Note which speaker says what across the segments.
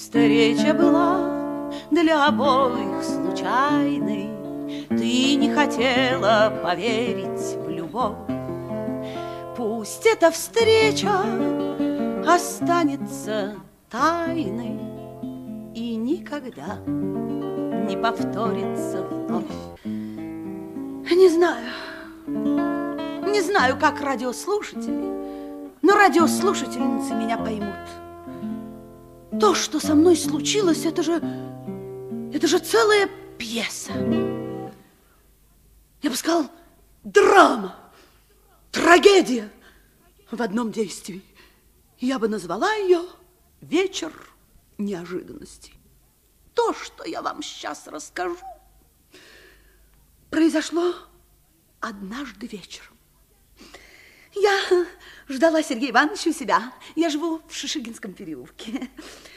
Speaker 1: встреча была для обоих случайной. Ты не хотела поверить в любовь. Пусть эта встреча останется тайной и никогда не повторится вновь. Не знаю, не знаю, как радиослушатели, но радиослушательницы меня поймут. То, что со мной случилось, это же... Это же целая пьеса. Я бы сказал, драма, трагедия в одном действии. Я бы назвала ее «Вечер неожиданностей». То, что я вам сейчас расскажу, произошло однажды вечером. Я ждала Сергея Ивановича у себя. Я живу в Шишигинском переулке.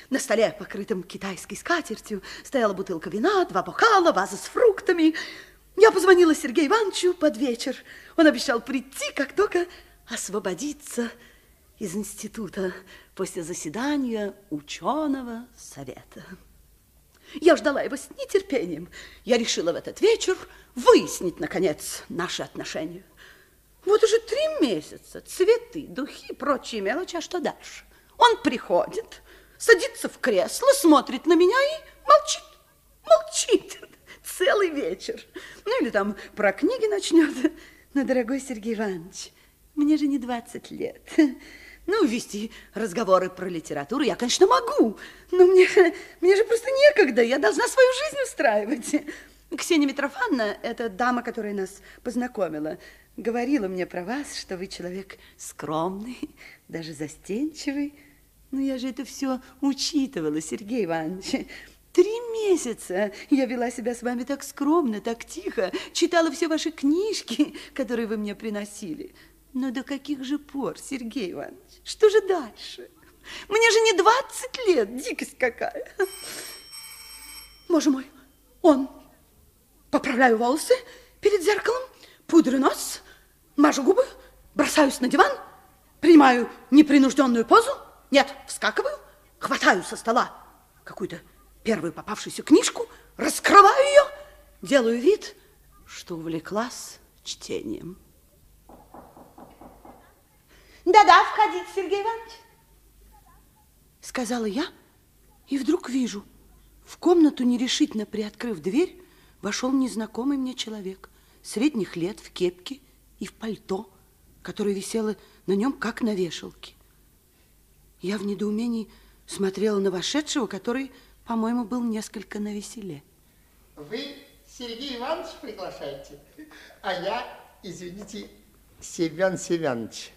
Speaker 1: На столе, покрытом китайской скатертью, стояла бутылка вина, два бокала, ваза с фруктами. Я позвонила Сергею Ивановичу под вечер. Он обещал прийти, как только освободиться из института после заседания ученого совета. Я ждала его с нетерпением. Я решила в этот вечер выяснить, наконец, наши отношения. Вот уже три месяца цветы, духи и прочие мелочи, а что дальше? Он приходит, садится в кресло, смотрит на меня и молчит, молчит целый вечер. Ну или там про книги начнет. Но, дорогой Сергей Иванович, мне же не 20 лет. Ну, вести разговоры про литературу я, конечно, могу, но мне, мне же просто некогда, я должна свою жизнь устраивать. Ксения Митрофановна, это дама, которая нас познакомила, говорила мне про вас, что вы человек скромный, даже застенчивый. Но Ну, я же это все учитывала, Сергей Иванович. Три месяца я вела себя с вами так скромно, так тихо, читала все ваши книжки, которые вы мне приносили. Но до каких же пор, Сергей Иванович? Что же дальше? Мне же не 20 лет, дикость какая. Боже мой, он. Поправляю волосы перед зеркалом, пудрю нос, мажу губы, бросаюсь на диван, принимаю непринужденную позу. Нет, вскакиваю, хватаю со стола какую-то первую попавшуюся книжку, раскрываю ее, делаю вид, что увлеклась чтением. Да-да, входите, Сергей Иванович. Сказала я, и вдруг вижу, в комнату нерешительно приоткрыв дверь, вошел незнакомый мне человек, средних лет, в кепке и в пальто, которое висело на нем, как на вешалке. Я в недоумении смотрела на вошедшего, который, по-моему, был несколько навеселе.
Speaker 2: Вы Сергей Иванович приглашаете, а я, извините, Семен Семенович.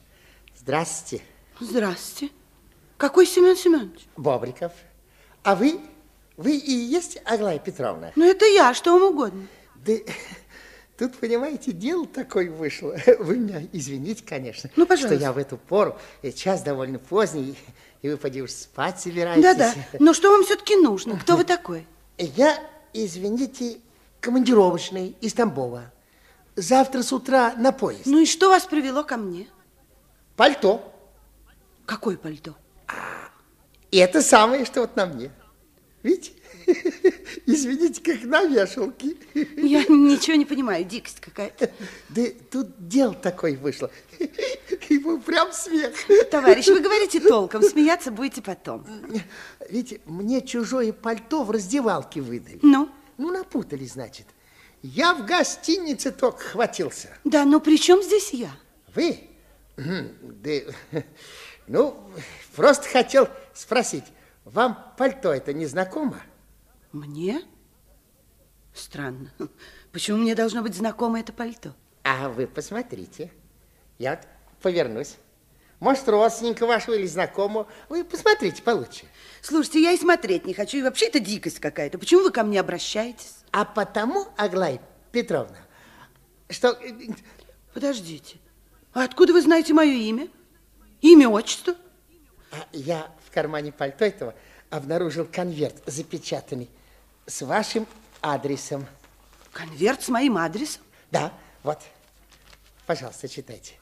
Speaker 2: Здрасте,
Speaker 1: Здрасте. Какой Семен Семенович?
Speaker 2: Бобриков. А вы, вы и есть Аглая Петровна?
Speaker 1: Ну, это я, что вам угодно.
Speaker 2: Да, тут, понимаете, дело такое вышло. Вы меня извините, конечно,
Speaker 1: Ну, пожалуйста.
Speaker 2: что я в эту пору, э, час довольно поздний, и вы, поди уж, спать собираетесь.
Speaker 1: Да-да, но что вам все-таки нужно? Кто вы такой?
Speaker 2: Я, извините, командировочный из Тамбова. Завтра с утра на поезд.
Speaker 1: Ну и что вас привело ко мне?
Speaker 2: Пальто.
Speaker 1: Какое пальто?
Speaker 2: И это самое, что вот на мне. Видите? Извините, как на вешалке.
Speaker 1: Я ничего не понимаю, дикость какая-то.
Speaker 2: Да тут дело такое вышло. Его прям смех.
Speaker 1: Товарищ, вы говорите толком, смеяться будете потом.
Speaker 2: Видите, мне чужое пальто в раздевалке выдали.
Speaker 1: Ну?
Speaker 2: Ну, напутали, значит. Я в гостинице только хватился.
Speaker 1: Да, но при чем здесь я?
Speaker 2: Вы? Мгм, Да, ну, просто хотел спросить, вам пальто это не знакомо?
Speaker 1: Мне? Странно. Почему мне должно быть знакомо это пальто?
Speaker 2: А вы посмотрите. Я вот повернусь. Может, родственника вашего или знакомого. Вы посмотрите получше.
Speaker 1: Слушайте, я и смотреть не хочу, и вообще это дикость какая-то. Почему вы ко мне обращаетесь?
Speaker 2: А потому, Аглая Петровна, что... э, э,
Speaker 1: Подождите, а откуда вы знаете мое имя? Имя, отчество?
Speaker 2: а Я в кармане пальто этого обнаружил конверт запечатанный с вашим адресом.
Speaker 1: Конверт с моим адресом?
Speaker 2: Да, вот. Пожалуйста, читайте.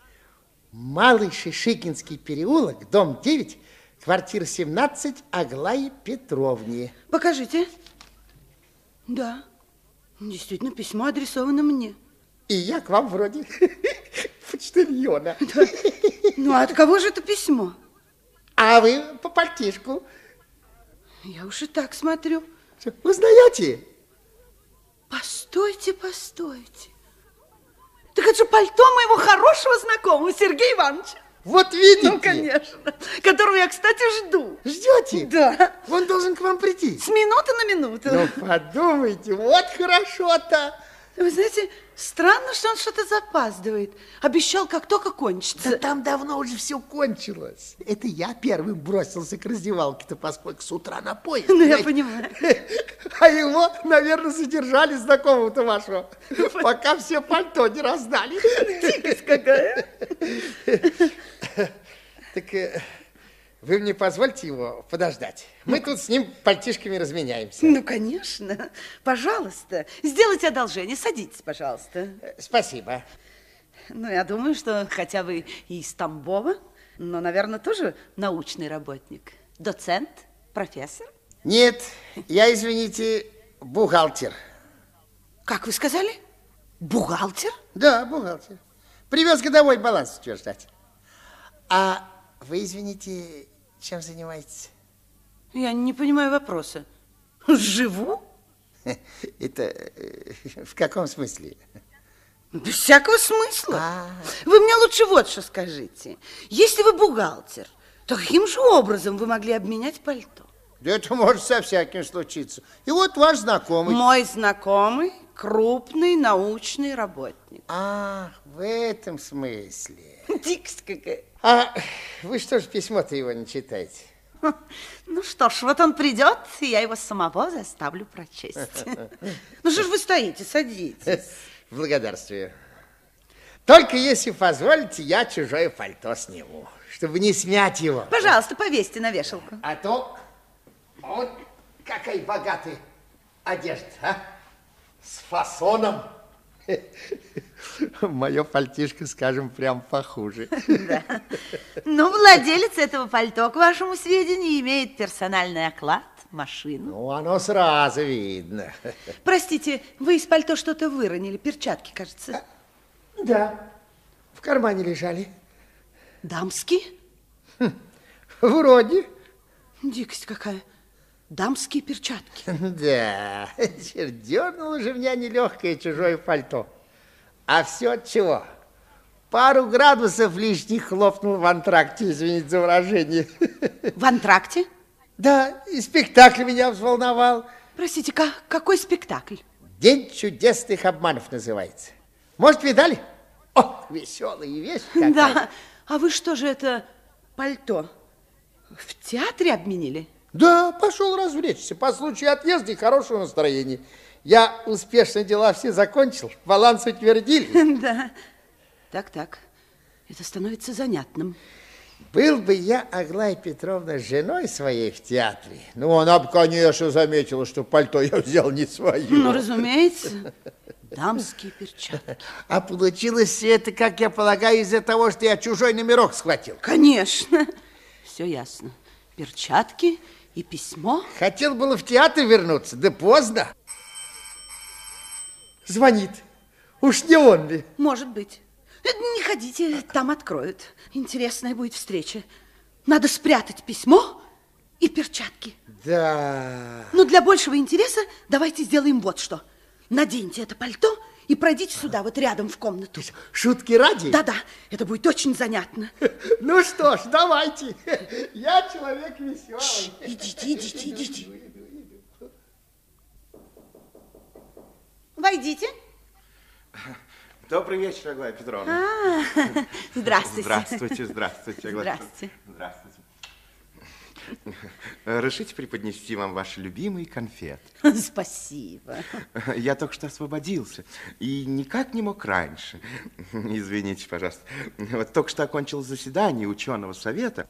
Speaker 2: Малый Шишигинский переулок, дом 9, квартира 17 Аглаи Петровне.
Speaker 1: Покажите. Да, действительно, письмо адресовано мне.
Speaker 2: И я к вам вроде почтальона.
Speaker 1: Ну, а от кого же это письмо?
Speaker 2: А вы по пальтишку.
Speaker 1: Я уж и так смотрю.
Speaker 2: Что, Узнаете?
Speaker 1: Постойте, постойте. Так это же пальто моего хорошего знакомого Сергея Ивановича.
Speaker 2: Вот видите.
Speaker 1: Ну, конечно. Которого я, кстати, жду.
Speaker 2: Ждете?
Speaker 1: Да.
Speaker 2: Он должен к вам прийти.
Speaker 1: С минуты на минуту.
Speaker 2: Ну, подумайте, вот хорошо-то.
Speaker 1: Вы знаете, странно, что он что-то запаздывает. Обещал, как только
Speaker 2: Да
Speaker 1: кончится.
Speaker 2: там давно уже все кончилось. Это я первым бросился к раздевалке-то, поскольку с утра на поезд.
Speaker 1: Ну, я
Speaker 2: знаете.
Speaker 1: понимаю.
Speaker 2: А его, наверное, задержали знакомого-то вашего, пока все пальто не раздали.
Speaker 1: Дикость какая.
Speaker 2: Так э, вы мне позвольте его подождать. Мы тут с ним пальтишками разменяемся.
Speaker 1: Ну, конечно. Пожалуйста, сделайте одолжение. Садитесь, пожалуйста.
Speaker 2: Э, Спасибо.
Speaker 1: Ну, я думаю, что хотя вы и из Тамбова, но, наверное, тоже научный работник. Доцент, профессор.
Speaker 2: Нет, я, извините, бухгалтер.
Speaker 1: Как вы сказали? Бухгалтер?
Speaker 2: Да, бухгалтер. Привез годовой баланс утверждать. А вы, извините, чем занимаетесь?
Speaker 1: Я не понимаю вопроса. Живу?
Speaker 2: Это э, в каком смысле?
Speaker 1: Без всякого смысла.
Speaker 2: А.
Speaker 1: Вы мне лучше вот что скажите. Если вы бухгалтер, то каким же образом вы могли обменять пальто?
Speaker 2: Да это может со всяким случиться. И вот ваш знакомый.
Speaker 1: Мой знакомый крупный научный работник.
Speaker 2: А, в этом смысле.
Speaker 1: Дикость какая.
Speaker 2: А вы что ж письмо-то его не читаете?
Speaker 1: Ну что ж, вот он придет, и я его самого заставлю прочесть. Ну что ж вы стоите, садитесь.
Speaker 2: Благодарствую. Только если позволите, я чужое пальто сниму, чтобы не смять его.
Speaker 1: Пожалуйста, повесьте на вешалку.
Speaker 2: А то вот какая богатая одежда, а? С фасоном. Мое пальтишко, скажем, прям похуже.
Speaker 1: Ну, владелец этого пальто, к вашему сведению, имеет персональный оклад, машину.
Speaker 2: Ну, оно сразу видно.
Speaker 1: Простите, вы из пальто что-то выронили, перчатки, кажется.
Speaker 2: Да, в кармане лежали.
Speaker 1: Дамские?
Speaker 2: Вроде.
Speaker 1: Дикость какая. Дамские перчатки.
Speaker 2: Да, черт, дернуло же меня нелегкое чужое пальто. А все от чего? Пару градусов лишних хлопнул в антракте, извините за выражение.
Speaker 1: В антракте?
Speaker 2: Да, и спектакль меня взволновал.
Speaker 1: Простите, ка- какой спектакль?
Speaker 2: День чудесных обманов называется. Может, видали? О, веселая вещь какая.
Speaker 1: Да. А вы что же это пальто в театре обменили?
Speaker 2: Да, пошел развлечься. По случаю отъезда и хорошего настроения. Я успешно дела все закончил, баланс утвердили.
Speaker 1: Да. Так, так. Это становится занятным.
Speaker 2: Был бы я, Аглая Петровна, с женой своей в театре, ну, она бы, конечно, заметила, что пальто я взял не свое.
Speaker 1: Ну, разумеется. Дамские перчатки.
Speaker 2: А получилось все это, как я полагаю, из-за того, что я чужой номерок схватил.
Speaker 1: Конечно. Все ясно. Перчатки и письмо.
Speaker 2: Хотел было в театр вернуться, да поздно. Звонит. Уж не он ли?
Speaker 1: Может быть. Э, Не ходите, там откроют. Интересная будет встреча. Надо спрятать письмо и перчатки.
Speaker 2: Да.
Speaker 1: Но для большего интереса давайте сделаем вот что. Наденьте это пальто и пройдите сюда, вот рядом в комнату.
Speaker 2: Шутки ради?
Speaker 1: Да-да, это будет очень занятно.
Speaker 2: Ну что ж, давайте. Я человек веселый.
Speaker 1: Идите, идите, идите. Войдите.
Speaker 3: Добрый вечер, Аглая Петровна.
Speaker 1: А, здравствуйте.
Speaker 3: Здравствуйте, здравствуйте, Аглая
Speaker 1: Здравствуйте.
Speaker 3: Петровна. Здравствуйте. Э, Решите преподнести вам ваши любимые конфет.
Speaker 1: Спасибо.
Speaker 3: Я только что освободился и никак не мог раньше. Извините, пожалуйста. Вот только что окончил заседание ученого совета.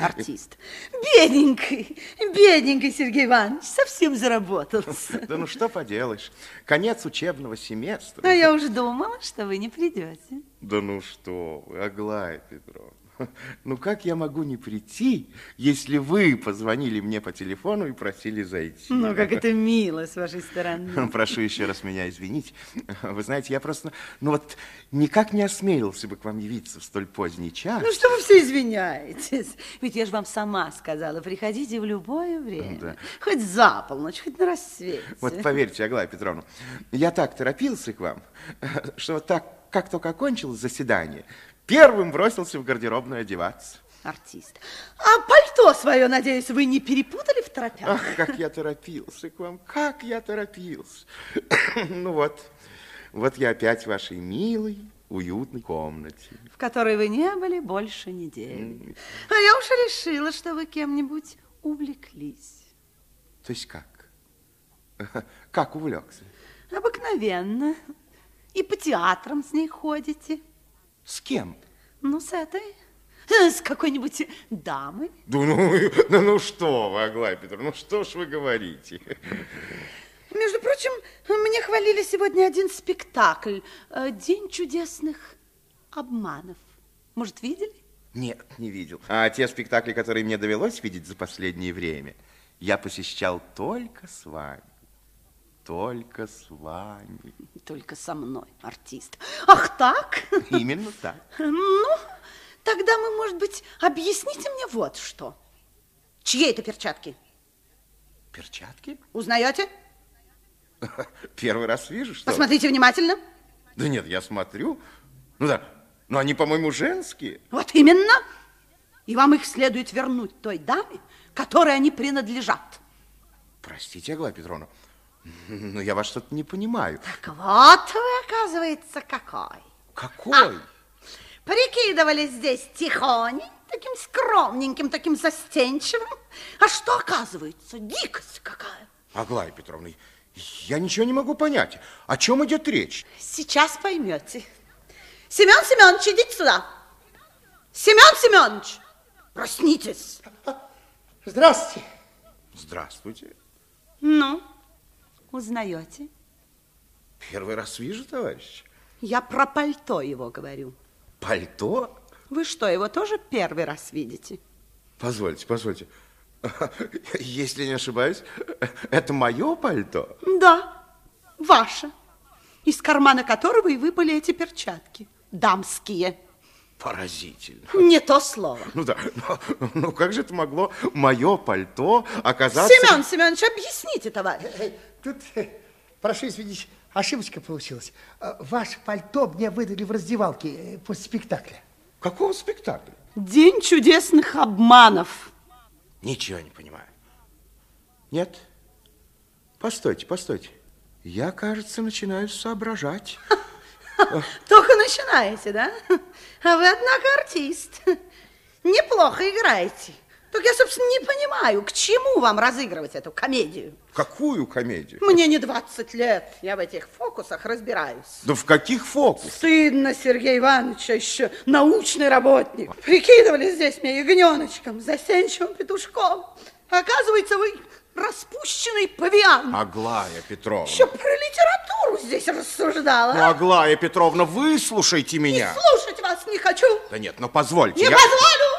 Speaker 1: Артист. Бедненький, бедненький Сергей Иванович, совсем заработался.
Speaker 3: Да ну что поделаешь, конец учебного семестра.
Speaker 1: А я уже думала, что вы не придете.
Speaker 3: Да ну что вы, Аглая Петровна. Ну как я могу не прийти, если вы позвонили мне по телефону и просили зайти?
Speaker 1: Ну, как это мило с вашей стороны.
Speaker 3: Прошу еще раз меня извинить. Вы знаете, я просто, ну вот, никак не осмелился бы к вам явиться в столь поздний час.
Speaker 1: Ну, что вы все извиняетесь? Ведь я же вам сама сказала, приходите в любое время.
Speaker 3: Да.
Speaker 1: Хоть за полночь, хоть на рассвете.
Speaker 3: Вот поверьте, Аглая Петровна, я так торопился к вам, что вот так, как только окончилось заседание, первым бросился в гардеробную одеваться.
Speaker 1: Артист. А пальто свое, надеюсь, вы не перепутали в торопях?
Speaker 3: Ах, как я торопился к вам, как я торопился. ну вот, вот я опять в вашей милой, уютной комнате.
Speaker 1: В которой вы не были больше недели. А я уж решила, что вы кем-нибудь увлеклись.
Speaker 3: То есть как? Как увлекся?
Speaker 1: Обыкновенно. И по театрам с ней ходите.
Speaker 3: С кем?
Speaker 1: Ну, с этой, э, с какой-нибудь дамой.
Speaker 3: Да ну, ну, ну что вы, Аглая Петровна, ну что ж вы говорите?
Speaker 1: Между прочим, мне хвалили сегодня один спектакль э, «День чудесных обманов». Может, видели?
Speaker 3: Нет, не видел. А те спектакли, которые мне довелось видеть за последнее время, я посещал только с вами. Только с вами.
Speaker 1: Только со мной, артист. Ах так?
Speaker 3: Именно так.
Speaker 1: Ну, тогда мы, может быть, объясните мне вот что. Чьи это перчатки?
Speaker 3: Перчатки?
Speaker 1: Узнаете?
Speaker 3: Первый раз вижу, что... вы.
Speaker 1: Посмотрите внимательно.
Speaker 3: Да нет, я смотрю. Ну да, но они, по-моему, женские.
Speaker 1: Вот именно. И вам их следует вернуть той даме, которой они принадлежат.
Speaker 3: Простите, Аглая Петровна, но я вас что-то не понимаю.
Speaker 1: Так вот вы, оказывается, какой.
Speaker 3: Какой?
Speaker 1: Прикидывались здесь тихоней, таким скромненьким, таким застенчивым. А что оказывается? Дикость какая.
Speaker 3: Аглая Петровна, я ничего не могу понять. О чем идет речь?
Speaker 1: Сейчас поймете. Семен Семенович, идите сюда. Семен Семенович, проснитесь.
Speaker 2: Здравствуйте.
Speaker 3: Здравствуйте.
Speaker 1: Ну, узнаете?
Speaker 3: Первый раз вижу, товарищ.
Speaker 1: Я про пальто его говорю.
Speaker 3: Пальто?
Speaker 1: Вы что, его тоже первый раз видите?
Speaker 3: Позвольте, позвольте. Если не ошибаюсь, это мое пальто?
Speaker 1: Да, ваше. Из кармана которого и выпали эти перчатки. Дамские.
Speaker 3: Поразительно.
Speaker 1: Не то слово.
Speaker 3: Ну да, но, ну как же это могло мое пальто оказаться...
Speaker 1: Семен Семенович, объясните, товарищ.
Speaker 2: Тут, э, прошу извинить, ошибочка получилась. Э, Ваше пальто мне выдали в раздевалке э, после спектакля.
Speaker 3: Какого спектакля?
Speaker 1: День чудесных обманов.
Speaker 3: Ничего не понимаю. Нет? Постойте, постойте. Я, кажется, начинаю соображать.
Speaker 1: Только начинаете, да? А вы, однако, артист. Неплохо играете. Только я, собственно, не понимаю, к чему вам разыгрывать эту комедию?
Speaker 3: Какую комедию?
Speaker 1: Мне не 20 лет, я в этих фокусах разбираюсь.
Speaker 3: Да в каких фокус?
Speaker 1: Стыдно, Сергей Иванович, еще научный работник. Прикидывали здесь меня ягненочком, застенчивым петушком. Оказывается, вы распущенный
Speaker 3: А.
Speaker 1: павиан.
Speaker 3: Аглая Петровна.
Speaker 1: Еще про литературу здесь рассуждала.
Speaker 3: Ну,
Speaker 1: а?
Speaker 3: Аглая Петровна, выслушайте меня.
Speaker 1: Слушать вас не хочу,
Speaker 3: Да нет, ну позвольте.
Speaker 1: не
Speaker 3: я-
Speaker 1: позволю.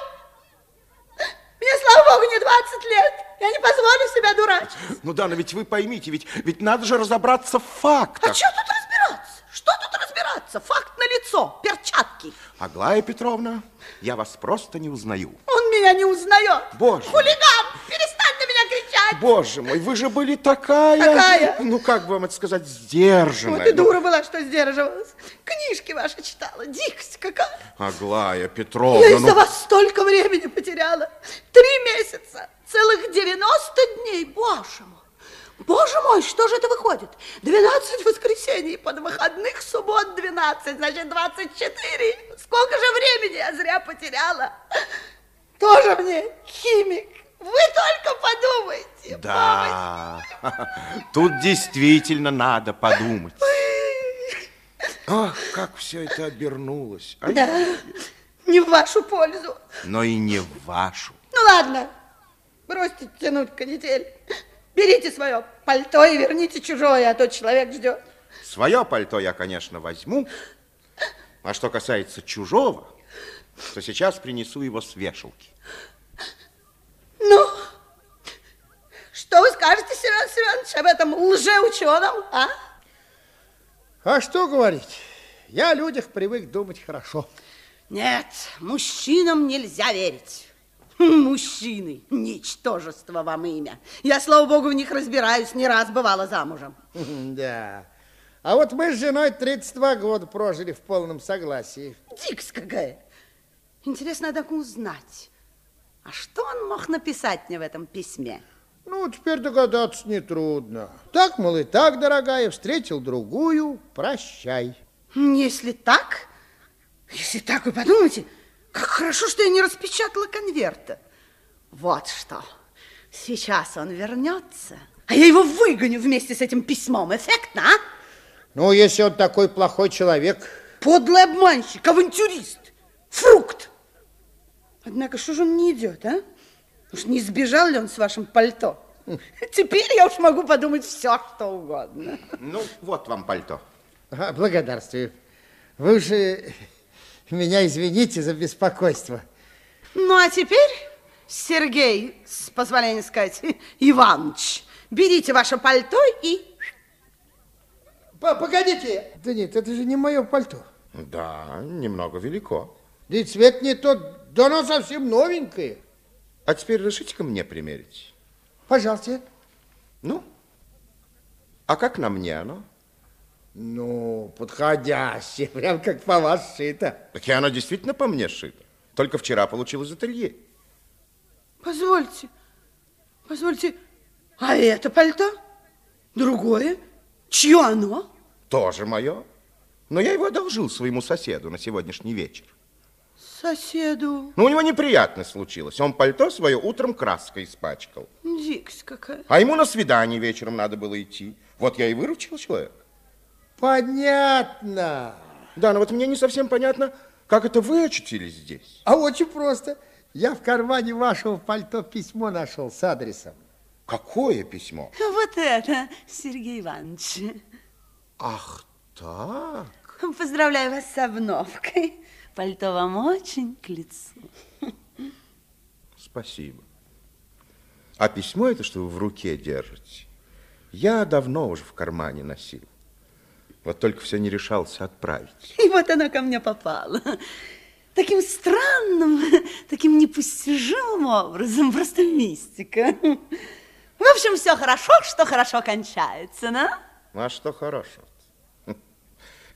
Speaker 1: Мне, слава богу, не 20 лет. Я не позволю себя дурачить.
Speaker 3: Ну да, но ведь вы поймите, ведь, ведь надо же разобраться в фактах.
Speaker 1: А что тут разбираться? Что тут разбираться? Факт на лицо, перчатки.
Speaker 3: Аглая Петровна, я вас просто не узнаю.
Speaker 1: Он меня не узнает.
Speaker 3: Боже.
Speaker 1: Хулиган, перестань на меня кричать.
Speaker 3: Боже мой, вы же были такая...
Speaker 1: Такая?
Speaker 3: Ну, как бы вам это сказать, сдержанная.
Speaker 1: Вот и
Speaker 3: ну.
Speaker 1: дура была, что сдерживалась. Книжки ваши читала, дикость какая.
Speaker 3: Ну, Аглая
Speaker 1: Я
Speaker 3: Петровна,
Speaker 1: из-за
Speaker 3: ну...
Speaker 1: вас столько времени потеряла. Три месяца, целых 90 дней, боже мой. Боже мой, что же это выходит? 12 воскресений, под выходных суббот 12, значит 24. Сколько же времени я зря потеряла. Тоже мне химик. Вы только подумайте.
Speaker 3: Да, тут действительно надо подумать. Ах, как все это обернулось. Ай,
Speaker 1: Не в вашу пользу.
Speaker 3: Но и не в вашу.
Speaker 1: Ну ладно, бросьте тянуть канитель. Берите свое пальто и верните чужое, а то человек ждет.
Speaker 3: Свое пальто я, конечно, возьму. А что касается чужого, то сейчас принесу его с вешалки.
Speaker 4: Ну, что вы скажете, Семен Семенович, об этом лжеученом, а?
Speaker 2: А что говорить? Я о людях привык думать хорошо.
Speaker 1: Нет, мужчинам нельзя верить. Хм, Мужчины, ничтожество вам имя. Я, слава богу, в них разбираюсь, не раз бывала замужем.
Speaker 2: Да. А вот мы с женой 32 года прожили в полном согласии.
Speaker 1: Дикс какая. Интересно, так узнать. А что он мог написать мне в этом письме?
Speaker 2: Ну, теперь догадаться нетрудно. Так, мол, и так, дорогая, встретил другую, прощай.
Speaker 1: М, Если так, если так, вы подумайте, как хорошо, что я не распечатала конверта. Вот что. Сейчас он вернется, а я его выгоню вместе с этим письмом. Эффектно, а?
Speaker 2: Ну, если он такой плохой человек,
Speaker 1: Подлый обманщик, авантюрист, фрукт. Однако, что же он не идет, а? Уж не сбежал ли он с вашим пальто? Теперь я уж могу подумать все, что угодно.
Speaker 3: Ну, вот вам пальто.
Speaker 2: Ага, А, благодарствую. Вы уж э, меня извините за беспокойство.
Speaker 1: Ну, а теперь, Сергей, с позволения сказать, Иваныч, берите ваше пальто и...
Speaker 2: погодите! Да нет, это же не мое пальто.
Speaker 3: Да, немного велико.
Speaker 2: Да и цвет не тот, да оно совсем новенькое.
Speaker 3: А теперь решите-ка мне примерить.
Speaker 2: Пожалуйста.
Speaker 3: Ну, а как на мне оно?
Speaker 2: Ну, подходящее, прям как по вас шито.
Speaker 3: Так и оно действительно по мне шито. Только вчера получил из ателье.
Speaker 1: Позвольте, позвольте, а это пальто? Другое? Чье оно?
Speaker 3: Тоже мое. Но я его одолжил своему соседу на сегодняшний вечер.
Speaker 1: Соседу.
Speaker 3: Но у него неприятность случилась. Он пальто свое утром краской испачкал.
Speaker 1: Дикс какая.
Speaker 3: А ему на свидание вечером надо было идти. Вот я и выручил человека.
Speaker 2: Понятно.
Speaker 3: Да, но вот мне не совсем понятно, как это вы очутились здесь.
Speaker 2: А очень просто. Я в кармане вашего пальто письмо нашел с адресом.
Speaker 3: Какое письмо?
Speaker 1: Вот это, Сергей Иванович.
Speaker 3: Ах, так.
Speaker 1: Поздравляю вас с обновкой. Пальто вам очень к лицу.
Speaker 3: Спасибо. А письмо это, что вы в руке держите, я давно уже в кармане носил. Вот только все не решался отправить.
Speaker 1: И вот оно ко мне попало. Таким странным, таким непостижимым образом, просто мистика. В общем, все хорошо, что хорошо кончается, да?
Speaker 3: Ну, а что хорошего?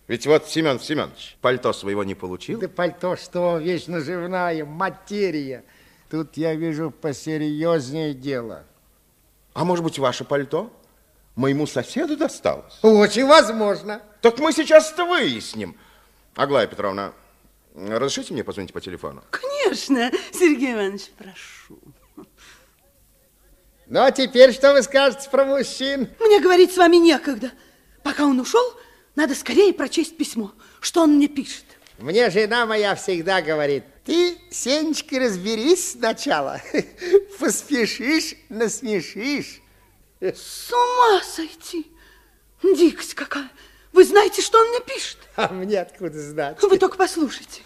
Speaker 3: Ведь вот Семен Семенович пальто своего не получил.
Speaker 2: Да пальто что, вечно живная материя. Тут я вижу посерьезнее дело.
Speaker 3: А может быть, ваше пальто моему соседу досталось?
Speaker 2: Очень возможно.
Speaker 3: Так мы сейчас это выясним. Аглая Петровна, разрешите мне позвонить по телефону?
Speaker 1: Конечно, Сергей Иванович, прошу.
Speaker 2: Ну, а теперь что вы скажете про мужчин?
Speaker 1: Мне говорить с вами некогда. Пока он ушел, надо скорее прочесть письмо, что он мне пишет.
Speaker 2: Мне жена моя всегда говорит, ты, Сенечка, разберись сначала. Поспешишь, насмешишь.
Speaker 1: С ума сойти! Дикость какая! Вы знаете, что он мне пишет?
Speaker 2: А мне откуда знать?
Speaker 1: Вы только послушайте.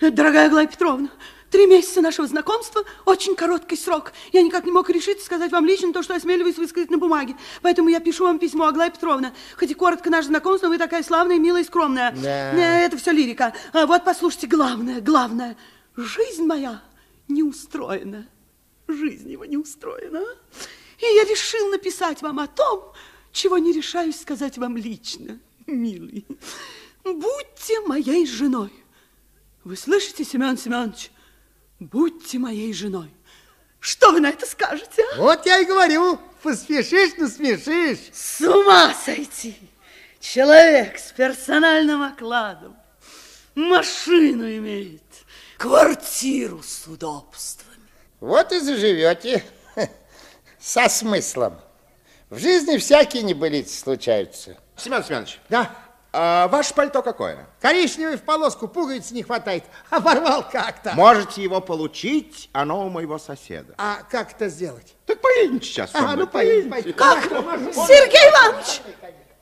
Speaker 1: Дорогая Аглая Петровна, три месяца нашего знакомства – очень короткий срок. Я никак не мог решиться сказать вам лично то, что осмеливаюсь высказать на бумаге. Поэтому я пишу вам письмо, Аглая Петровна. Хоть и коротко наше знакомство, вы такая славная, милая и скромная.
Speaker 2: Да.
Speaker 1: Э, Это все лирика. А вот послушайте, главное, главное. Жизнь моя не устроена. Жизнь его не устроена. И я решил написать вам о том, чего не решаюсь сказать вам лично, милый. Будьте моей женой. Вы слышите, Семен Семенович? Будьте моей женой. Что вы на это скажете, а?
Speaker 2: Вот я и говорю, поспешишь, насмешишь.
Speaker 1: С ума сойти! Человек с персональным окладом, машину имеет, квартиру с удобствами.
Speaker 2: Вот и заживете со смыслом. В жизни всякие небылицы случаются.
Speaker 3: Семен Семенович,
Speaker 2: Да,
Speaker 3: а ваше пальто какое?
Speaker 2: коричневый в полоску, пуговиц не хватает. Оборвал как-то.
Speaker 3: Можете его получить, оно у моего соседа.
Speaker 2: А как это сделать?
Speaker 3: Так поедем сейчас. со
Speaker 2: А,
Speaker 3: мной,
Speaker 2: ну поедем. поедем.
Speaker 1: Как? Сергей Иванович!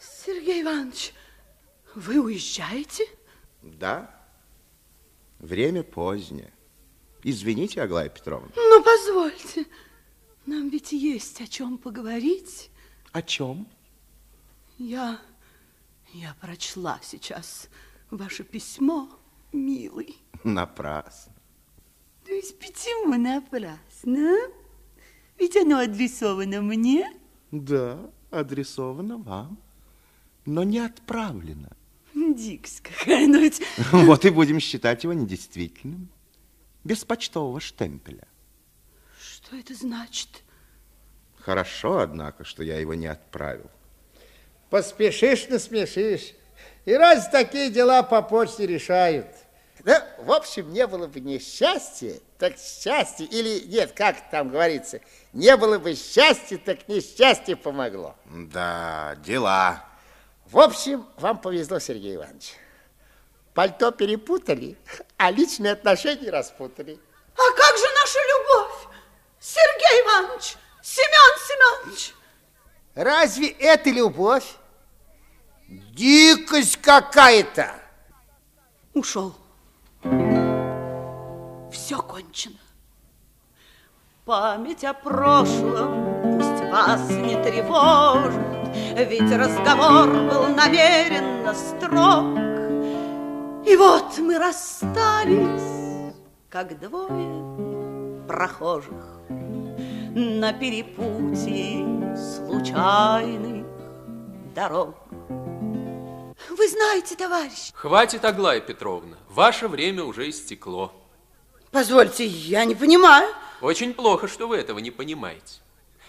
Speaker 1: Сергей Иванович, вы уезжаете?
Speaker 3: Да. Время позднее. Извините, Аглая Петровна.
Speaker 1: Ну, позвольте, нам ведь есть о чем поговорить.
Speaker 3: О чем?
Speaker 1: Я, я прочла сейчас ваше письмо, милый.
Speaker 3: Напрасно.
Speaker 1: То есть почему напрасно? Ведь оно адресовано мне.
Speaker 3: Да, адресовано вам, но не отправлено.
Speaker 1: Дикс ну какая-нибудь.
Speaker 3: Вот и будем считать его недействительным. Без почтового штемпеля.
Speaker 1: Что это значит?
Speaker 3: Хорошо, однако, что я его не отправил.
Speaker 2: Поспешишь, насмешишь. И раз такие дела по почте решают. Да, в общем, не было бы несчастья, так счастье, или нет, как там говорится, не было бы счастья, так несчастье помогло.
Speaker 3: Да, дела.
Speaker 2: В общем, вам повезло, Сергей Иванович. Пальто перепутали, а личные отношения распутали.
Speaker 4: А как же наша любовь? Сергей Иванович, Семен Семенович.
Speaker 2: Разве это любовь? Дикость какая-то!
Speaker 1: Ушел.
Speaker 4: Все кончено. Память о прошлом пусть вас не тревожит, Ведь разговор был намеренно строг. И вот мы расстались, как двое прохожих На перепутье случайных дорог.
Speaker 1: Вы знаете, товарищ.
Speaker 5: Хватит, Аглая Петровна, ваше время уже истекло.
Speaker 4: Позвольте, я не понимаю.
Speaker 5: Очень плохо, что вы этого не понимаете.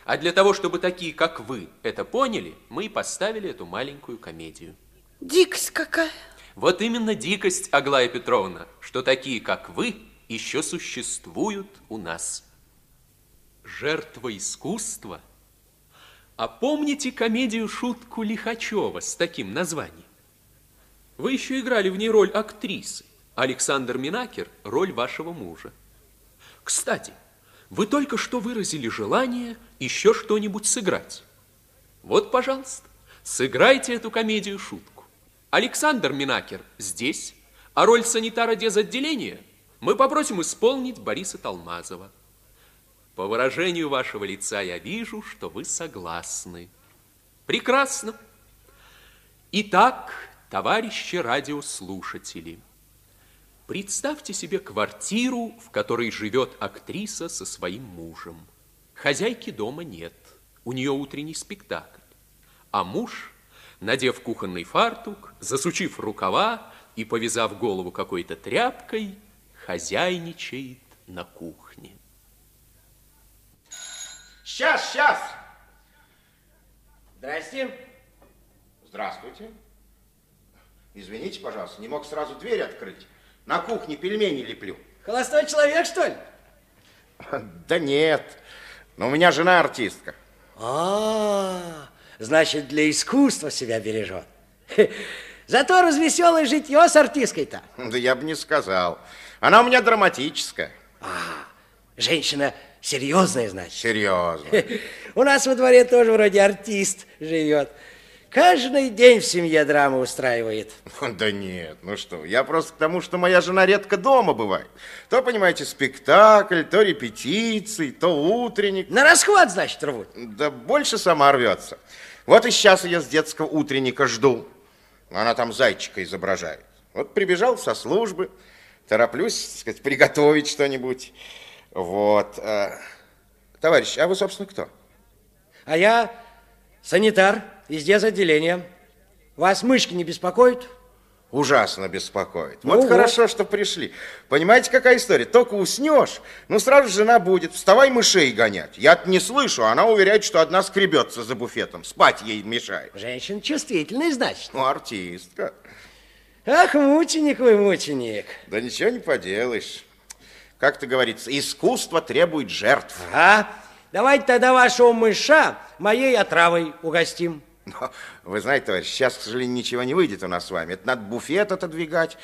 Speaker 5: А для того, чтобы такие, как вы, это поняли, мы и поставили эту маленькую комедию.
Speaker 4: Дикость какая.
Speaker 5: Вот именно дикость, Аглая Петровна, что такие, как вы, еще существуют у нас. Жертва искусства? А помните комедию-шутку Лихачева с таким названием? Вы еще играли в ней роль актрисы. Александр Минакер – роль вашего мужа. Кстати, вы только что выразили желание еще что-нибудь сыграть. Вот, пожалуйста, сыграйте эту комедию-шутку. Александр Минакер здесь, а роль санитара дезотделения мы попросим исполнить Бориса Толмазова. По выражению вашего лица я вижу, что вы согласны. Прекрасно. Итак, товарищи радиослушатели, представьте себе квартиру, в которой живет актриса со своим мужем. Хозяйки дома нет, у нее утренний спектакль. А муж, надев кухонный фартук, засучив рукава и повязав голову какой-то тряпкой, хозяйничает на кухне.
Speaker 6: Сейчас, сейчас. Здрасте.
Speaker 3: Здравствуйте. Извините, пожалуйста, не мог сразу дверь открыть. На кухне пельмени леплю.
Speaker 6: Холостой человек, что ли?
Speaker 3: Да нет, но у меня жена артистка.
Speaker 6: А, значит, для искусства себя бережет. Хе, Зато развеселое житье с артисткой-то.
Speaker 3: Да я бы не сказал. Она у меня драматическая.
Speaker 6: Женщина серьезная, значит.
Speaker 3: Серьезно.
Speaker 6: У нас во дворе тоже вроде артист живет. Каждый день в семье драму устраивает.
Speaker 3: Да нет, ну что, вы, я просто к тому, что моя жена редко дома бывает. То, понимаете, спектакль, то репетиции, то утренник.
Speaker 6: На расхват, значит, рвут.
Speaker 3: Да больше сама рвется. Вот и сейчас я с детского утренника жду. Она там зайчика изображает. Вот прибежал со службы, тороплюсь, так сказать, приготовить что-нибудь. Вот. э, Товарищ, а вы, собственно, кто?
Speaker 6: А я санитар из дезотделения. Вас мышки не беспокоят?
Speaker 3: Ужасно беспокоит.
Speaker 6: Ну
Speaker 3: вот
Speaker 6: вот.
Speaker 3: хорошо, что пришли. Понимаете, какая история? Только уснешь, ну сразу жена будет. Вставай мышей гонять. я не слышу, а она уверяет, что одна скребется за буфетом. Спать ей мешает.
Speaker 6: Женщина чувствительная, значит.
Speaker 3: Ну, артистка.
Speaker 6: Ах, мученик вы, мученик.
Speaker 3: Да ничего не поделаешь. Как то говорится, искусство требует жертв.
Speaker 6: А? Давайте тогда вашего мыша моей отравой угостим.
Speaker 3: Но, вы знаете, товарищ, сейчас, к сожалению, ничего не выйдет у нас с вами. Это надо буфет отодвигать,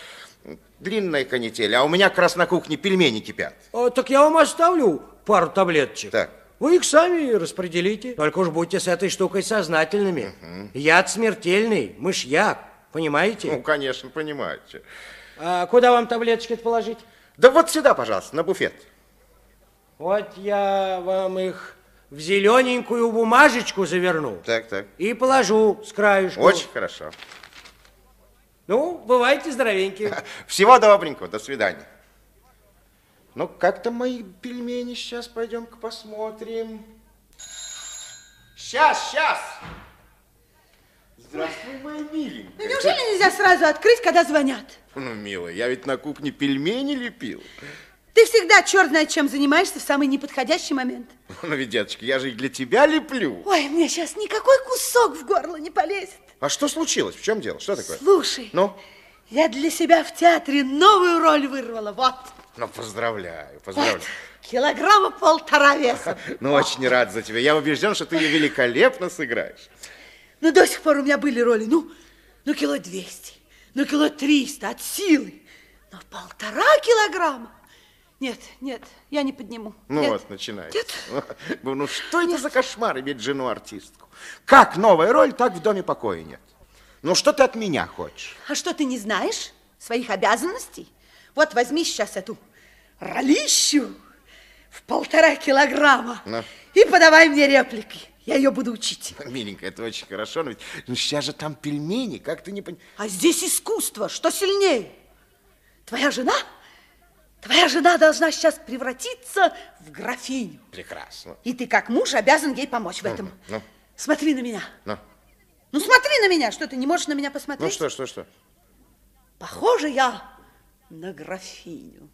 Speaker 3: длинная канитель, а у меня как раз на кухне пельмени кипят.
Speaker 6: О, так я вам оставлю пару таблеточек.
Speaker 3: Так.
Speaker 6: Вы их сами распределите. Только уж будьте с этой штукой сознательными. Яд смертельный, мышьяк, понимаете?
Speaker 3: Ну, конечно, понимаете.
Speaker 6: А куда вам таблеточки положить?
Speaker 3: Да вот сюда, пожалуйста, на буфет.
Speaker 6: Вот я вам их в зелененькую бумажечку заверну
Speaker 3: Так, так.
Speaker 6: и положу с краешку.
Speaker 3: Очень хорошо.
Speaker 6: Ну, бывайте здоровенькие.
Speaker 3: Всего добренького, до свидания. Ну, как-то мои пельмени сейчас пойдем-ка посмотрим. Сейчас, сейчас! Здравствуй, моя
Speaker 4: Ну,
Speaker 3: миленькая.
Speaker 4: неужели нельзя сразу открыть, когда звонят?
Speaker 3: Ну, милая, я ведь на кухне пельмени лепил.
Speaker 4: Ты всегда черт знает чем занимаешься в самый неподходящий момент.
Speaker 3: Ну, ведь, деточка, я же и для тебя леплю.
Speaker 4: Ой, мне сейчас никакой кусок в горло не полезет.
Speaker 3: А что случилось? В чем дело? Что такое?
Speaker 4: Слушай,
Speaker 3: Ну,
Speaker 4: я для себя в театре новую роль вырвала. Вот,
Speaker 3: ну, поздравляю,
Speaker 4: вот,
Speaker 3: поздравляю.
Speaker 4: килограмма полтора веса.
Speaker 3: Ну, очень рад за тебя. Я убежден, что ты ее великолепно сыграешь.
Speaker 4: Ну, до сих пор у меня были роли, ну, ну, кило двести, ну, кило триста от силы. Но полтора килограмма? Нет, нет, я не подниму.
Speaker 3: Ну
Speaker 4: Нет.
Speaker 3: вот, начинается. Ну, ну, что это за кошмар иметь жену-артистку? Как новая роль, так в доме покоя нет. Ну что ты от меня хочешь?
Speaker 4: А что, ты не знаешь своих обязанностей? Вот возьми сейчас эту ролищу в полтора килограмма
Speaker 3: Ну.
Speaker 4: и подавай мне реплики. Я ее буду учить.
Speaker 3: Миленькая, это очень хорошо, но ведь ну, сейчас же там пельмени, как ты не понимаешь?
Speaker 4: А здесь искусство, что сильнее? Твоя жена? Твоя жена должна сейчас превратиться в графиню.
Speaker 3: Прекрасно.
Speaker 4: И ты, как муж, обязан ей помочь в этом.
Speaker 3: ну.
Speaker 4: Смотри на меня.
Speaker 3: Ну,
Speaker 4: Ну, смотри на меня. Что, ты не можешь на меня посмотреть?
Speaker 3: ну что, что, что?
Speaker 4: Похоже я на графиню.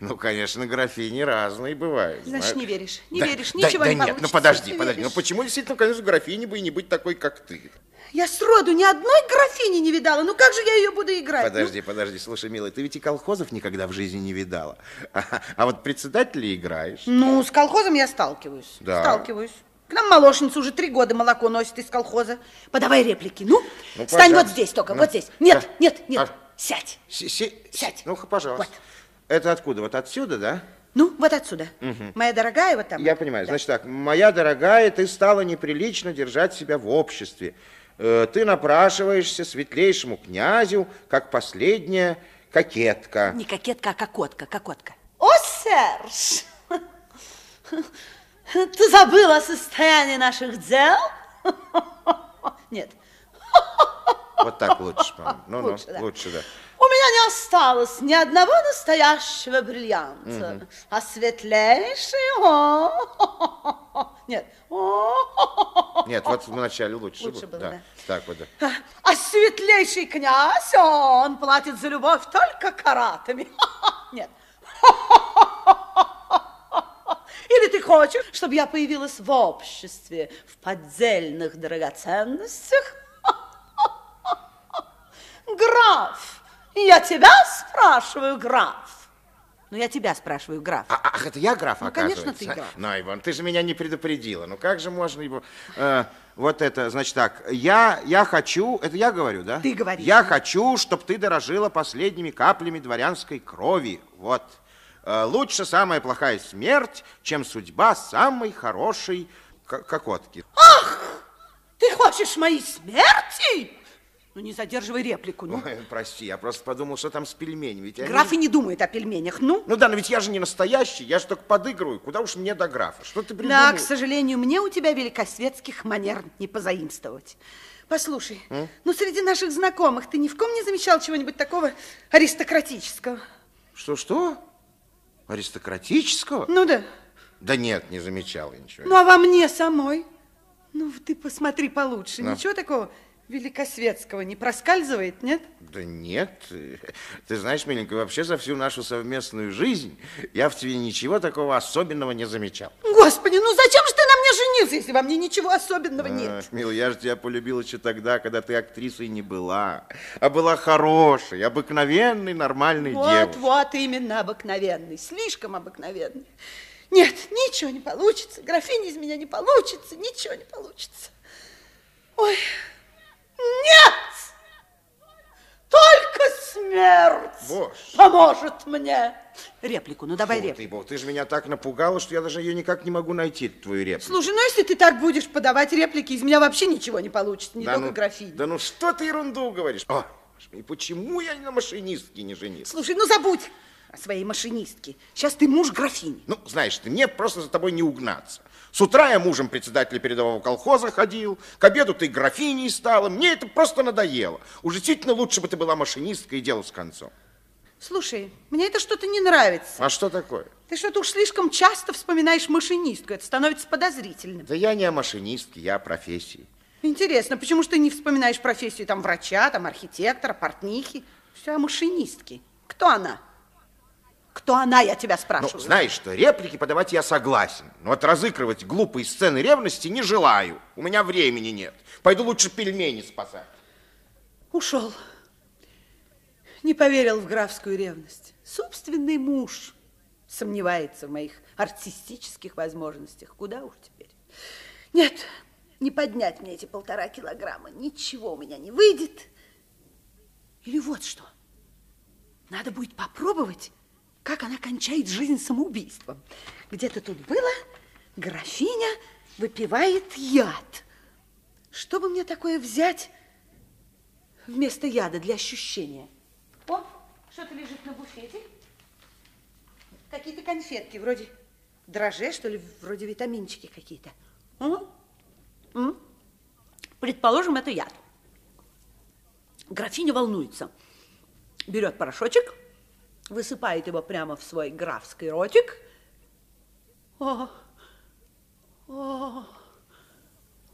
Speaker 3: Ну, конечно, графини разные бывают.
Speaker 4: Значит,
Speaker 3: знаешь.
Speaker 4: не веришь. Не
Speaker 3: Да,
Speaker 4: веришь,
Speaker 3: да,
Speaker 4: ничего
Speaker 3: да
Speaker 4: не
Speaker 3: нет,
Speaker 4: получится.
Speaker 3: ну подожди,
Speaker 4: Не
Speaker 3: подожди. Ну
Speaker 4: веришь.
Speaker 3: почему действительно, конечно, графини бы и не быть такой, как ты?
Speaker 4: Я сроду ни одной графини не видала. Ну как же я ее буду играть? ну?
Speaker 3: Подожди, подожди, слушай, милая, ты ведь и колхозов никогда в жизни не видала. А, а вот председателя играешь.
Speaker 4: Ну, с колхозом я сталкиваюсь.
Speaker 3: Да.
Speaker 4: Сталкиваюсь. К нам молочница уже три года молоко носит из колхоза. Подавай реплики. Ну,
Speaker 3: Ну,
Speaker 4: стань
Speaker 3: пожалуйста.
Speaker 4: вот здесь только,
Speaker 3: Ну,
Speaker 4: вот здесь. Нет,
Speaker 3: а,
Speaker 4: нет, нет,
Speaker 3: а.
Speaker 4: сядь.
Speaker 3: Си- си-
Speaker 4: Сядь.
Speaker 3: Ну-ка, пожалуйста.
Speaker 4: Вот.
Speaker 3: Это откуда? Вот отсюда, да?
Speaker 4: Ну, вот отсюда. Моя дорогая, вот там.
Speaker 3: Я понимаю.
Speaker 4: Да.
Speaker 3: Значит так, моя дорогая, ты стала неприлично держать себя в обществе. Э, Ты напрашиваешься светлейшему князю, как последняя кокетка.
Speaker 4: Не кокетка, а кокотка, кокотка. О, Серж! Ты забыл о состоянии наших дел? Нет,
Speaker 3: Вот так лучше, по-моему. Ну, ну,
Speaker 4: Лучше, да.
Speaker 3: лучше, да.
Speaker 4: У меня не осталось ни одного настоящего бриллианта, а светлейший, о, нет, о,
Speaker 3: Нет, вот вначале лучше,
Speaker 4: Лучше
Speaker 3: было.
Speaker 4: было, да.
Speaker 3: Так вот, да.
Speaker 4: а светлейший князь, он платит за любовь только каратами, нет. Или ты хочешь, чтобы я появилась в обществе в поддельных драгоценностях? Граф, я тебя спрашиваю, граф. Ну, я тебя спрашиваю, граф.
Speaker 3: А- а- ах, это я граф,
Speaker 4: Ну,
Speaker 3: оказывается?
Speaker 4: конечно, ты граф.
Speaker 3: На, Иван, ты же меня не предупредила. Ну, как же можно его... э, вот это, значит так, я, я хочу... Это я говорю, да?
Speaker 4: Ты говоришь.
Speaker 3: Я хочу, чтобы ты дорожила последними каплями дворянской крови. Вот. Э, лучше самая плохая смерть, чем судьба самой хорошей ко- кокотки.
Speaker 4: Ты хочешь моей смерти? Ну, не задерживай реплику, ну.
Speaker 3: Ой, прости, я просто подумал, что там с пельменями. Ведь они
Speaker 4: Граф
Speaker 3: же-
Speaker 4: и не думает о пельменях, ну.
Speaker 3: Ну да, но ведь я же не настоящий, я же только подыгрываю. Куда уж мне до графа? Что ты придумал?
Speaker 4: Да, к сожалению, мне у тебя великосветских манер не позаимствовать. Послушай, ну среди наших знакомых ты ни в ком не замечал чего-нибудь такого аристократического?
Speaker 3: Что-что? Аристократического?
Speaker 4: Ну да.
Speaker 3: Да нет, не замечал я ничего.
Speaker 4: Ну а во мне самой? Ну ты посмотри получше,
Speaker 3: Да.
Speaker 4: ничего такого великосветского не проскальзывает, нет?
Speaker 3: Да нет. э, Ты знаешь, миленькая, вообще за всю нашу совместную жизнь я в тебе ничего такого особенного не замечал.
Speaker 4: Господи, ну зачем же ты на мне женился, если во мне ничего особенного нет?
Speaker 3: Ах, мил, я же тебя полюбил еще тогда, когда ты актрисой не была, а была хорошей, обыкновенной, нормальной
Speaker 4: Вот,
Speaker 3: девушкой.
Speaker 4: вот, именно обыкновенный, слишком обыкновенный. Нет, ничего не получится, графиня из меня не получится, ничего не получится. Ой, нет! Только смерть
Speaker 3: Боже.
Speaker 4: поможет мне. Реплику, ну давай
Speaker 3: Фу,
Speaker 4: реплику.
Speaker 3: ты, бог, ты же меня так напугала, что я даже ее никак не могу найти, эту твою реплику.
Speaker 4: Слушай, ну если ты так будешь подавать реплики, из меня вообще ничего не получится, не
Speaker 3: да
Speaker 4: только
Speaker 3: ну,
Speaker 4: графиня.
Speaker 3: Да ну что ты ерунду говоришь? О, И почему я на машинистке не женился?
Speaker 4: Слушай, ну забудь о своей машинистке. Сейчас ты муж графини.
Speaker 3: Ну, знаешь ты, мне просто за тобой не угнаться. С утра я мужем председателя передового колхоза ходил, к обеду ты графиней стала, мне это просто надоело. Уж действительно лучше бы ты была машинисткой и дело с концом.
Speaker 4: Слушай, мне это что-то не нравится.
Speaker 3: А что такое?
Speaker 4: Ты что-то уж слишком часто вспоминаешь машинистку. Это становится подозрительным.
Speaker 3: Да я не о машинистке, я о профессии.
Speaker 4: Интересно, почему же ты не вспоминаешь профессию там врача, там архитектора, портнихи? Все о машинистке. Кто она? Кто она, я тебя
Speaker 3: Ну,
Speaker 4: спрашиваю?
Speaker 3: знаешь что, реплики подавать я согласен, но вот разыгрывать глупые сцены ревности не желаю. У меня времени нет. Пойду лучше пельмени спасать.
Speaker 4: Ушел. Не поверил в графскую ревность. Собственный муж сомневается в моих артистических возможностях. Куда уж теперь? Нет, не поднять мне эти полтора килограмма. Ничего у меня не выйдет. Или вот что. Надо будет попробовать, как она кончает жизнь самоубийством. Где-то тут было, графиня выпивает яд. Что бы мне такое взять, вместо яда для ощущения. О, что-то лежит на буфете. Какие-то конфетки, вроде дрожжей, что ли, вроде витаминчики какие-то. М? М? Предположим, это яд. Графиня волнуется. Берет порошочек, высыпает его прямо в свой графский ротик. О, о,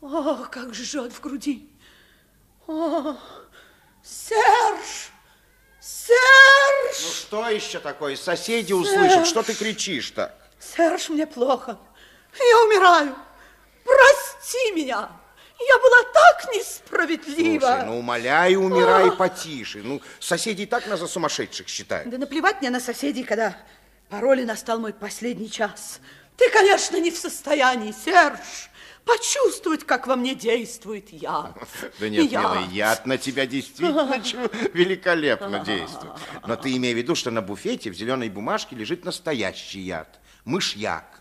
Speaker 4: о, как жжет в груди. О, Серж!
Speaker 3: Ну
Speaker 4: Серж!
Speaker 3: что еще такое? Соседи услышат, что ты кричишь так?
Speaker 4: Серж, мне плохо. Я умираю. Прости меня. Я была так несправедлива.
Speaker 3: Слушай, ну умоляй, умирай потише. Ну, соседи и так нас за сумасшедших считают.
Speaker 4: Да наплевать мне на соседей, когда пароль настал мой последний час. Ты, конечно, не в состоянии, Серж, почувствовать, как во мне действует я.
Speaker 3: Да нет,
Speaker 4: я.
Speaker 3: милый, яд на тебя действительно чу- великолепно действует. Но ты имей в виду, что на буфете в зеленой бумажке лежит настоящий яд. Мышьяк.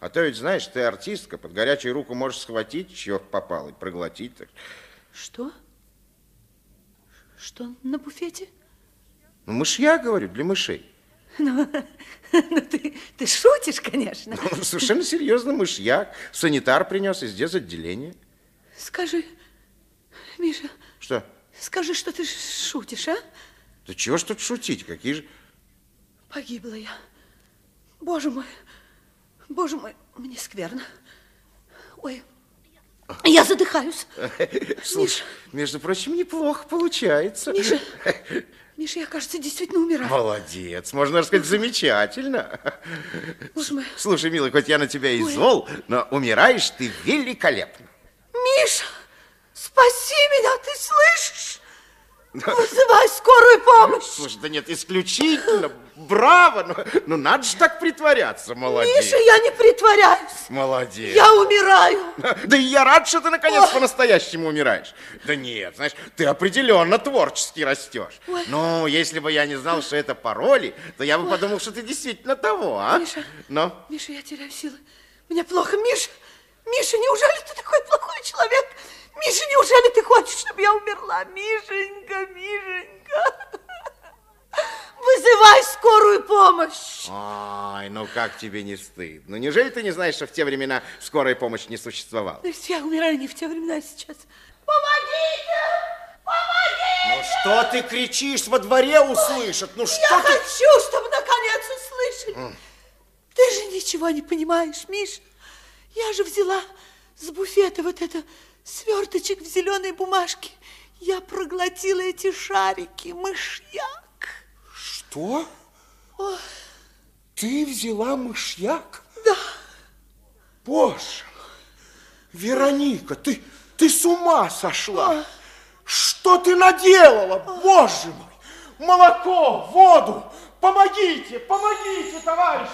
Speaker 3: А то ведь, знаешь, ты артистка, под горячую руку можешь схватить, чего попал, и проглотить. так.
Speaker 4: Что? Что на буфете?
Speaker 3: Ну, мышьяк, говорю, для мышей.
Speaker 4: Ну, ты, ты шутишь, конечно.
Speaker 3: Ну, Совершенно серьезно, мышьяк. Санитар принес из отделения.
Speaker 4: Скажи, Миша,
Speaker 3: Что?
Speaker 4: скажи, что ты ш- шутишь, а?
Speaker 3: Да чего ж тут шутить? Какие же...
Speaker 4: Погибла я. Боже мой, боже мой, мне скверно. Ой, я задыхаюсь.
Speaker 3: Слушай, между прочим, неплохо получается.
Speaker 4: Миша, Миша, я, кажется, действительно умираю.
Speaker 3: Молодец, можно даже сказать, замечательно.
Speaker 4: Боже мой.
Speaker 3: Слушай, милый, хоть я на тебя и зол, но умираешь ты великолепно.
Speaker 4: Миша, спаси меня, ты слышишь? Вызывай скорую помощь.
Speaker 3: Слушай, да нет, исключительно, браво, ну, ну надо же так притворяться, молодец.
Speaker 4: Миша, я не притворяюсь.
Speaker 3: Молодец.
Speaker 4: Я умираю.
Speaker 3: Да и я рад, что ты наконец по-настоящему умираешь. Да нет, знаешь, ты определенно творчески растешь. Ну, если бы я не знал, что это пароли, то я бы подумал, что ты действительно того, а?
Speaker 4: Миша.
Speaker 3: Но...
Speaker 4: Миша, я теряю силы. Мне плохо, Миша. Миша, неужели ты такой плохой человек? Миша, неужели ты хочешь, чтобы я умерла? Мишенька, Мишенька. Вызывай скорую
Speaker 3: А?
Speaker 4: помощь.
Speaker 3: Ай, ну как тебе не стыдно? Ну неужели ты не знаешь, что в те времена скорая помощь не существовала?
Speaker 4: То есть я умираю не в те времена, а сейчас. Помогите! Помогите!
Speaker 3: Ну что ты кричишь, во дворе услышат? Ну
Speaker 4: Я
Speaker 3: что ты...
Speaker 4: хочу, чтобы наконец услышали. Ты же ничего не понимаешь, Миша. Я же взяла с буфета вот это сверточек в зеленой бумажке. Я проглотила эти шарики, мышьяк.
Speaker 3: Что? Ты взяла мышьяк?
Speaker 4: Да.
Speaker 3: Боже, Вероника, ты, ты с ума сошла! Что ты наделала, боже мой? Молоко, воду! Помогите, помогите, товарищи!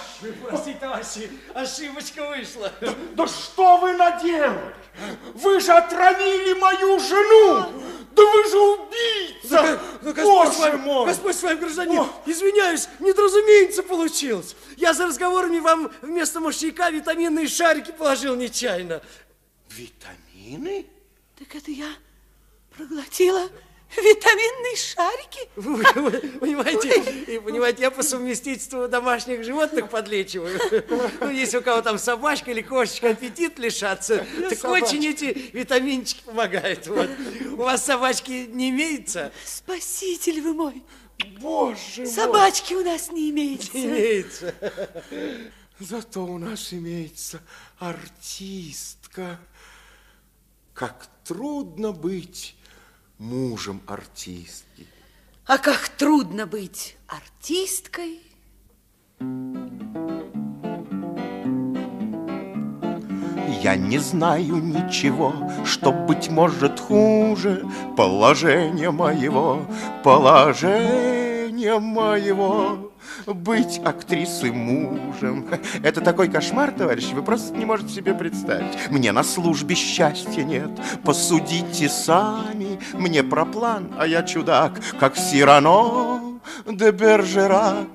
Speaker 6: Простите, товарищи, ошибочка вышла.
Speaker 3: Да что вы наделали? Вы же отравили мою жену! Да вы же убийца!
Speaker 6: Господь с
Speaker 3: Боже
Speaker 6: вами,
Speaker 3: Ну, мой!
Speaker 6: Господь с вами, гражданин,
Speaker 3: О.
Speaker 6: извиняюсь, недоразумение получилось. Я за разговорами вам вместо мышьяка витаминные шарики положил нечаянно.
Speaker 3: Витамины?
Speaker 4: Так это я проглотила Витаминные шарики?
Speaker 6: Вы, вы- вы понимаете, и, понимаете, я по совместительству домашних животных подлечиваю. Ну, если у кого там собачка или кошечка аппетит лишаться, так очень эти витаминчики помогают. Вот. У вас собачки не имеется?
Speaker 4: Спаситель вы мой.
Speaker 7: Боже
Speaker 4: Собачки у нас не имеется.
Speaker 6: Не имеется.
Speaker 7: Зато у нас имеется артистка. Как трудно быть мужем артистки.
Speaker 4: А как трудно быть артисткой.
Speaker 3: Я не знаю ничего, что, быть может, хуже положение моего, положение моего. Быть актрисой мужем – это такой кошмар, товарищи, вы просто не можете себе представить. Мне на службе счастья нет, посудите сами. Мне про план, а я чудак, как Сирано де Бержерак.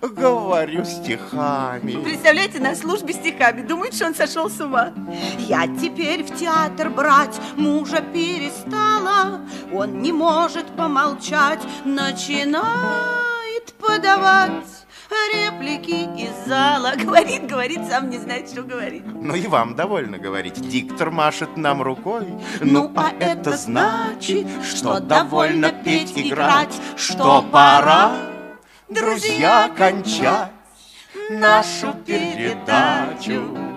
Speaker 3: Говорю стихами.
Speaker 1: Представляете, на службе стихами. Думает, что он сошел с ума. Я теперь в театр брать мужа перестала. Он не может помолчать. Начинает подавать реплики из зала. Говорит, говорит, сам не знает, что говорит.
Speaker 3: Ну и вам довольно говорить. Диктор машет нам рукой.
Speaker 1: Ну, а это значит, что довольно петь, играть, что пора, друзья, кончать
Speaker 3: нашу передачу.